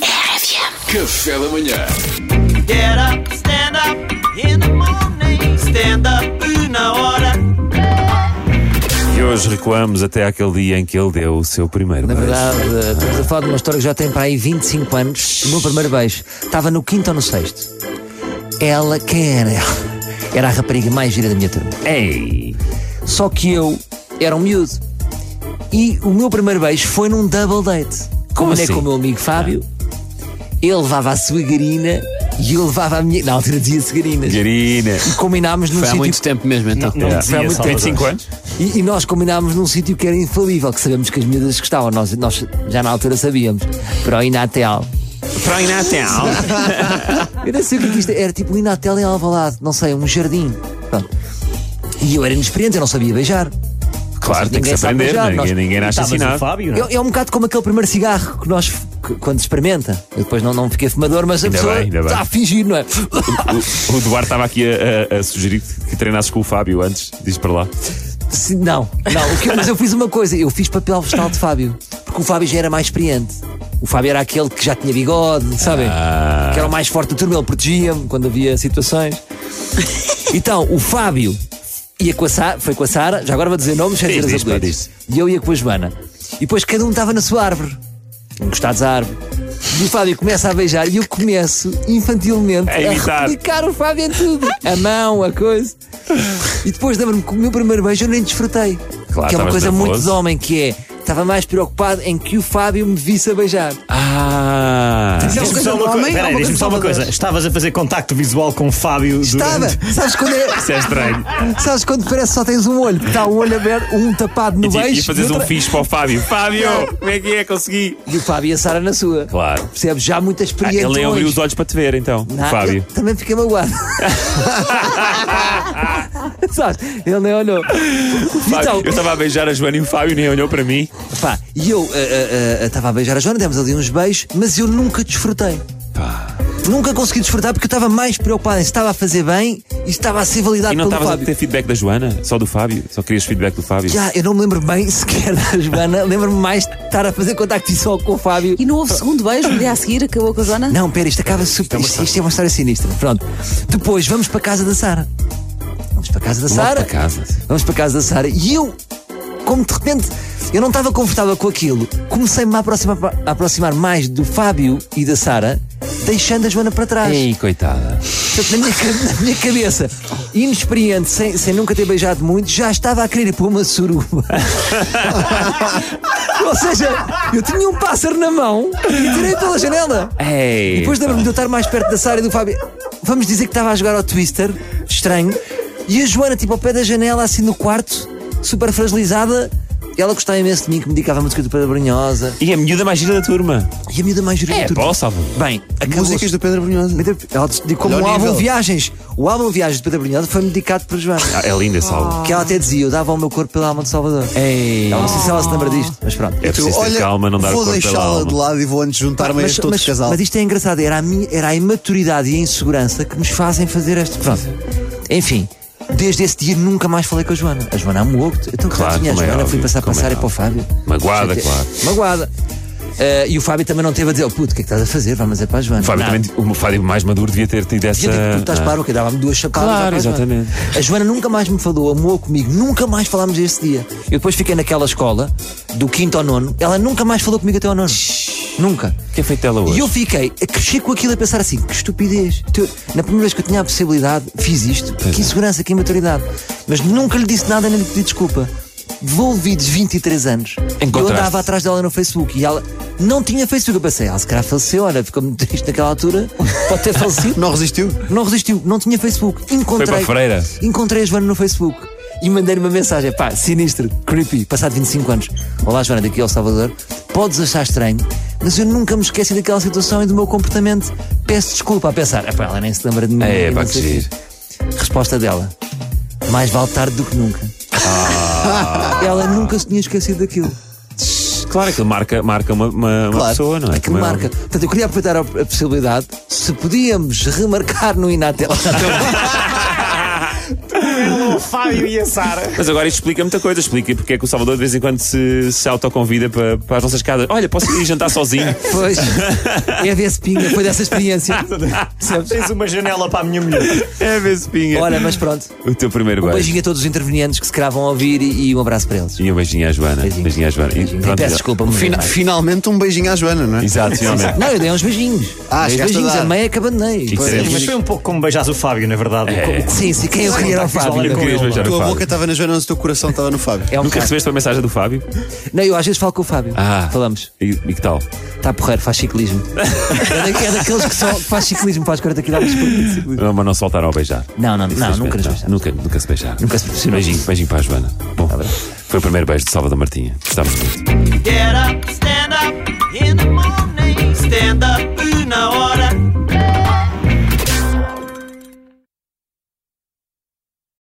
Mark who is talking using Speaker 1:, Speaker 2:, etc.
Speaker 1: É
Speaker 2: Café da manhã.
Speaker 3: Get up, stand up in the morning. Stand up na hora.
Speaker 4: E hoje recuamos até aquele dia em que ele deu o seu primeiro
Speaker 5: Na
Speaker 4: beijo.
Speaker 5: verdade, eh, estamos a falar de uma história que já tem para aí 25 anos. O meu primeiro beijo estava no quinto ou no sexto. Ela, quem era ela? Era a rapariga mais gira da minha turma.
Speaker 4: Ei!
Speaker 5: Só que eu era um miúdo. E o meu primeiro beijo foi num double date.
Speaker 4: Como
Speaker 5: Combinei
Speaker 4: assim?
Speaker 5: com o meu amigo Fábio. Ele levava a sua garina e eu levava a minha. Na altura dizia segarinas.
Speaker 4: Garina!
Speaker 5: Combinámos num
Speaker 6: Foi há
Speaker 5: sítio.
Speaker 6: muito tempo mesmo, então.
Speaker 4: É,
Speaker 5: dizia,
Speaker 4: há muito
Speaker 5: Salvador.
Speaker 4: 25 anos?
Speaker 5: E, e nós combinámos num sítio que era infalível, que sabemos que as miúdas gostavam. Nós, nós já na altura sabíamos. Para o Inatel.
Speaker 6: Para o Inatel.
Speaker 5: Eu não sei o que é que isto era. Era tipo um Inatel em Alvalade, não sei, um jardim. Pronto. E eu era inexperiente, eu não sabia beijar.
Speaker 4: Claro, tem que
Speaker 5: Ninguém
Speaker 4: se
Speaker 5: sabe
Speaker 4: aprender,
Speaker 5: beijar,
Speaker 4: ninguém,
Speaker 5: nós-
Speaker 4: ninguém nasce
Speaker 7: Estavas o
Speaker 4: assinado.
Speaker 7: Fábio, não? é?
Speaker 5: É, é um bocado como aquele primeiro cigarro que nós, que- quando se experimenta. Eu depois não, não fiquei fumador, mas a
Speaker 4: Ainda
Speaker 5: pessoa
Speaker 4: bem, ainda bem. Um
Speaker 5: está a fingir, não é?
Speaker 4: O, o Duarte estava aqui a, a- a sugerir que que treinasses com o Fábio antes, diz para lá.
Speaker 5: Se- não, não. O que- mas eu fiz uma coisa, eu fiz papel vegetal de Fábio, porque o Fábio já era mais experiente. O Fábio era aquele que já tinha bigode, sabem?
Speaker 4: Ah.
Speaker 5: Que era o mais forte do turma, ele protegia-me quando havia situações. Então, o Fábio ia com a Sa- foi com a Sara, já agora vou dizer nomes sem
Speaker 4: Diz,
Speaker 5: dizer
Speaker 4: diz,
Speaker 5: as
Speaker 4: pá,
Speaker 5: apelidos. E eu ia com a Joana. E depois cada um estava na sua árvore, encostados à árvore. E o Fábio começa a beijar e eu começo infantilmente
Speaker 4: A imitar.
Speaker 5: replicar o Fábio em tudo. A mão, a coisa. E depois lembro-me que o meu primeiro beijo eu nem desfrutei.
Speaker 4: Claro,
Speaker 5: que é uma
Speaker 4: estavas
Speaker 5: coisa muito
Speaker 4: nervoso.
Speaker 5: de homem, que é. Estava mais preocupado em que o Fábio me visse a beijar.
Speaker 4: Ah!
Speaker 7: Diz-me só uma coisa. Peraí, diz-me só uma coisa. Estavas a fazer contacto visual com o Fábio
Speaker 5: Estava!
Speaker 7: durante.
Speaker 5: Sabes quando, é-
Speaker 4: Isso é estranho.
Speaker 5: sabes quando parece que só tens um olho? Está um olho aberto, um tapado no
Speaker 4: E,
Speaker 5: beijo.
Speaker 4: e fazes
Speaker 5: e
Speaker 4: um
Speaker 5: outra-
Speaker 4: fixe para o Fábio. Fábio, como é que é? Consegui!
Speaker 5: E o Fábio e a Sara na sua.
Speaker 4: Claro.
Speaker 5: Percebes? Já muita
Speaker 4: Ah,
Speaker 5: experiência.
Speaker 4: ele abriu os olhos para te ver, então, o
Speaker 5: Ah,
Speaker 4: Fábio.
Speaker 5: eu Também fiquei magoado. Sabes? Ele nem olhou.
Speaker 4: Fábio,
Speaker 5: Então,
Speaker 4: eu estava a beijar a Joana e o Fábio nem olhou para mim.
Speaker 5: pá, e eu eh, estava a beijar a Joana, demos ali uns beijos, mas eu nunca desfrutei. Nunca consegui desfrutar porque eu estava mais preocupado em se estava a fazer bem e se estava a ser validado
Speaker 4: E não
Speaker 5: pelo
Speaker 4: estavas a
Speaker 5: Fábio.
Speaker 4: ter feedback da Joana? Só do Fábio? Só querias feedback do Fábio?
Speaker 5: Já, eu não me lembro bem sequer da Joana, lembro-me mais de estar a fazer contacto visual com o Fábio.
Speaker 1: E não houve segundo beijo no dia a seguir, acabou com a zona?
Speaker 5: Não, pera, isto acaba super. Isto, isto é uma história sinistra. Pronto. Depois vamos para a casa da Sara. Vamos para a casa da Sara.
Speaker 4: para casa, sim.
Speaker 5: Vamos para a casa da Sara. E eu, como de repente, eu não estava confortável com aquilo, comecei-me a aproximar, a aproximar mais do Fábio e da Sara, deixando a Joana para trás.
Speaker 4: coitada.
Speaker 5: Portanto, na, minha, ca- na minha cabeça, inexperiente, sem, sem nunca ter beijado muito, já estava a querer ir para uma suruba. Ou seja, eu tinha um pássaro na mão e tirei pela janela.
Speaker 4: Ei!
Speaker 5: Depois lembro-me de eu estar mais perto da Sara e do Fábio. Vamos dizer que estava a jogar ao Twister, estranho, e a Joana, tipo, ao pé da janela, assim no quarto, super fragilizada. Ela gostava imenso de mim, que me dedicava a música do Pedro Brunhosa.
Speaker 4: E a miúda mais gira da turma.
Speaker 5: E a miúda mais jurada
Speaker 4: É,
Speaker 5: de tudo.
Speaker 4: pá, Salvador.
Speaker 5: Bem, acabou
Speaker 6: Músicas do Pedro Brunhosa.
Speaker 5: Ela dedicou como o
Speaker 6: Melhor
Speaker 5: álbum
Speaker 6: nível.
Speaker 5: Viagens. O álbum Viagens de Pedro Brunhosa foi dedicado por Joana.
Speaker 4: Ah, É linda essa álbum.
Speaker 5: Que ela até dizia: Eu dava o meu corpo pela alma de Salvador.
Speaker 4: Ei!
Speaker 5: Ela não sei se ela se lembra disto, mas pronto.
Speaker 4: É preciso ter calma, não dar o
Speaker 6: vou
Speaker 4: corpo pela
Speaker 6: deixá-la
Speaker 4: alma.
Speaker 6: de lado e vou antes juntar-me a
Speaker 5: mas,
Speaker 6: este outro
Speaker 5: mas,
Speaker 6: casal.
Speaker 5: mas isto é engraçado, era a, minha- era a imaturidade e a insegurança que nos fazem fazer este. Pronto. Enfim, desde esse dia nunca mais falei com a Joana. A Joana amou. Então, que
Speaker 4: Claro,
Speaker 5: tinha a
Speaker 4: como é
Speaker 5: Joana, fui
Speaker 4: óbvio,
Speaker 5: passar para a
Speaker 4: como é
Speaker 5: Sara e para o
Speaker 4: óbvio.
Speaker 5: Fábio.
Speaker 4: Magoada,
Speaker 5: Chateei-
Speaker 4: claro.
Speaker 5: Magoada. Ah, e o Fábio também não teve a dizer: oh, puto, o que é que estás a fazer? Vamos é para a Joana.
Speaker 4: O Fábio,
Speaker 5: Nada.
Speaker 4: também, o Fábio mais maduro devia ter tido essa.
Speaker 5: Devia ter que tu estás
Speaker 4: Ah.
Speaker 5: para o que dava-me duas chapadas.
Speaker 4: Claro,
Speaker 5: já para a Joana.
Speaker 4: exatamente.
Speaker 5: A Joana nunca mais me falou, amou comigo, nunca mais falámos desse dia. Eu depois fiquei naquela escola, do quinto ao nono, ela nunca mais falou comigo até ao nono. Nunca.
Speaker 4: O que é feito dela hoje?
Speaker 5: E eu fiquei a crescer com aquilo a pensar assim: que estupidez. Teu- Na primeira vez que eu tinha a possibilidade, fiz isto. que
Speaker 4: é.
Speaker 5: insegurança, que imaturidade. Mas nunca lhe disse nada nem lhe pedi desculpa. Devolvidos 23 anos. Eu
Speaker 4: Encontraste.
Speaker 5: andava atrás dela no Facebook e ela não tinha Facebook. Eu pensei, ela se calhar faleceu, olha, ficou muito triste naquela altura. Pode ter falecido.
Speaker 6: Não resistiu?
Speaker 5: Não resistiu, não tinha Facebook. Encontrei.
Speaker 4: Foi para a freira.
Speaker 5: Encontrei a Joana no Facebook e mandei-lhe uma mensagem. Pá, sinistro, creepy, passado 25 anos. Olá, Joana, daqui ao Salvador. Podes achar estranho, mas eu nunca me esqueci daquela situação e do meu comportamento. Peço desculpa a pensar. Epá, ela nem se lembra de mim.
Speaker 4: É,
Speaker 5: eu
Speaker 4: pá,
Speaker 5: não sei
Speaker 4: que
Speaker 5: o quê." Resposta dela: Mais vale tarde do que nunca.
Speaker 4: Ah.
Speaker 5: ela nunca se tinha esquecido daquilo.
Speaker 4: Claro que marca, marca uma, uma- uma
Speaker 6: Claro.
Speaker 4: pessoa, não é?
Speaker 5: É que
Speaker 4: Como é
Speaker 5: marca.
Speaker 4: óbvio.
Speaker 5: Portanto, eu queria aproveitar a, a possibilidade se podíamos remarcar no Inatel.
Speaker 7: o Fábio e a Sara.
Speaker 4: Mas agora isto explica muita coisa. Explica porque é que o Salvador de vez em quando se, se autoconvida para, para as nossas casas. Olha, posso ir jantar sozinho?
Speaker 5: Pois. É desse pinga, foi dessa experiência. Percebes?
Speaker 7: Tens uma janela para a minha mulher.
Speaker 4: É, vez pinha.
Speaker 5: Ora, mas pronto.
Speaker 4: O teu primeiro
Speaker 5: Um
Speaker 4: beijo.
Speaker 5: beijinho a todos os intervenientes que se cravam a ouvir e, e um abraço para eles.
Speaker 4: E um beijinho à Joana.
Speaker 5: Beijinho.
Speaker 4: Beijinho, à Joana. E
Speaker 5: Beijinho.
Speaker 4: pronto,
Speaker 5: Peço
Speaker 4: já.
Speaker 5: desculpa, mulher.
Speaker 6: Fina- finalmente um beijinho à Joana, não é?
Speaker 4: Exato, finalmente.
Speaker 5: Não, eu dei uns beijinhos. Dei
Speaker 6: Ah,
Speaker 5: uns
Speaker 6: chegaste a
Speaker 5: beijinhos,
Speaker 6: dar.
Speaker 5: a meia que abandonei.
Speaker 4: Sim,
Speaker 5: Pois.
Speaker 6: é,
Speaker 4: sim.
Speaker 7: Mas foi um pouco como beijasse o Fábio, na verdade.
Speaker 4: É.
Speaker 7: Como-
Speaker 5: Sim, sim, quem eu queria era o
Speaker 7: Olha,
Speaker 5: Fábio.
Speaker 7: com
Speaker 4: querias
Speaker 7: ele.
Speaker 4: beijar
Speaker 6: A tua
Speaker 4: o Fábio.
Speaker 6: boca estava na Joana, mas o teu coração estava no Fábio.
Speaker 5: É um
Speaker 4: Nunca
Speaker 5: facto.
Speaker 4: recebeste uma mensagem do Fábio?
Speaker 5: Não, eu às vezes falo com o Fábio.
Speaker 4: Ah.
Speaker 5: Falamos.
Speaker 4: E, e que tal?
Speaker 5: Está porreiro, faz ciclismo. é, da- é daqueles que só faz ciclismo, faz 40 km por dia de ciclismo.
Speaker 4: Não, mas não se voltaram a beijar.
Speaker 5: Não, não, não, nunca nos
Speaker 4: Não,
Speaker 5: beijaram.
Speaker 4: Nunca, nunca se beijaram.
Speaker 5: Nunca se Tá profissional.
Speaker 4: é Beijinho, beijinho para a Joana. Bom, foi o primeiro beijo de Salvador Martinha. Gostávamos muito.
Speaker 3: Get up, stand up in the morning. Stand up, una hora.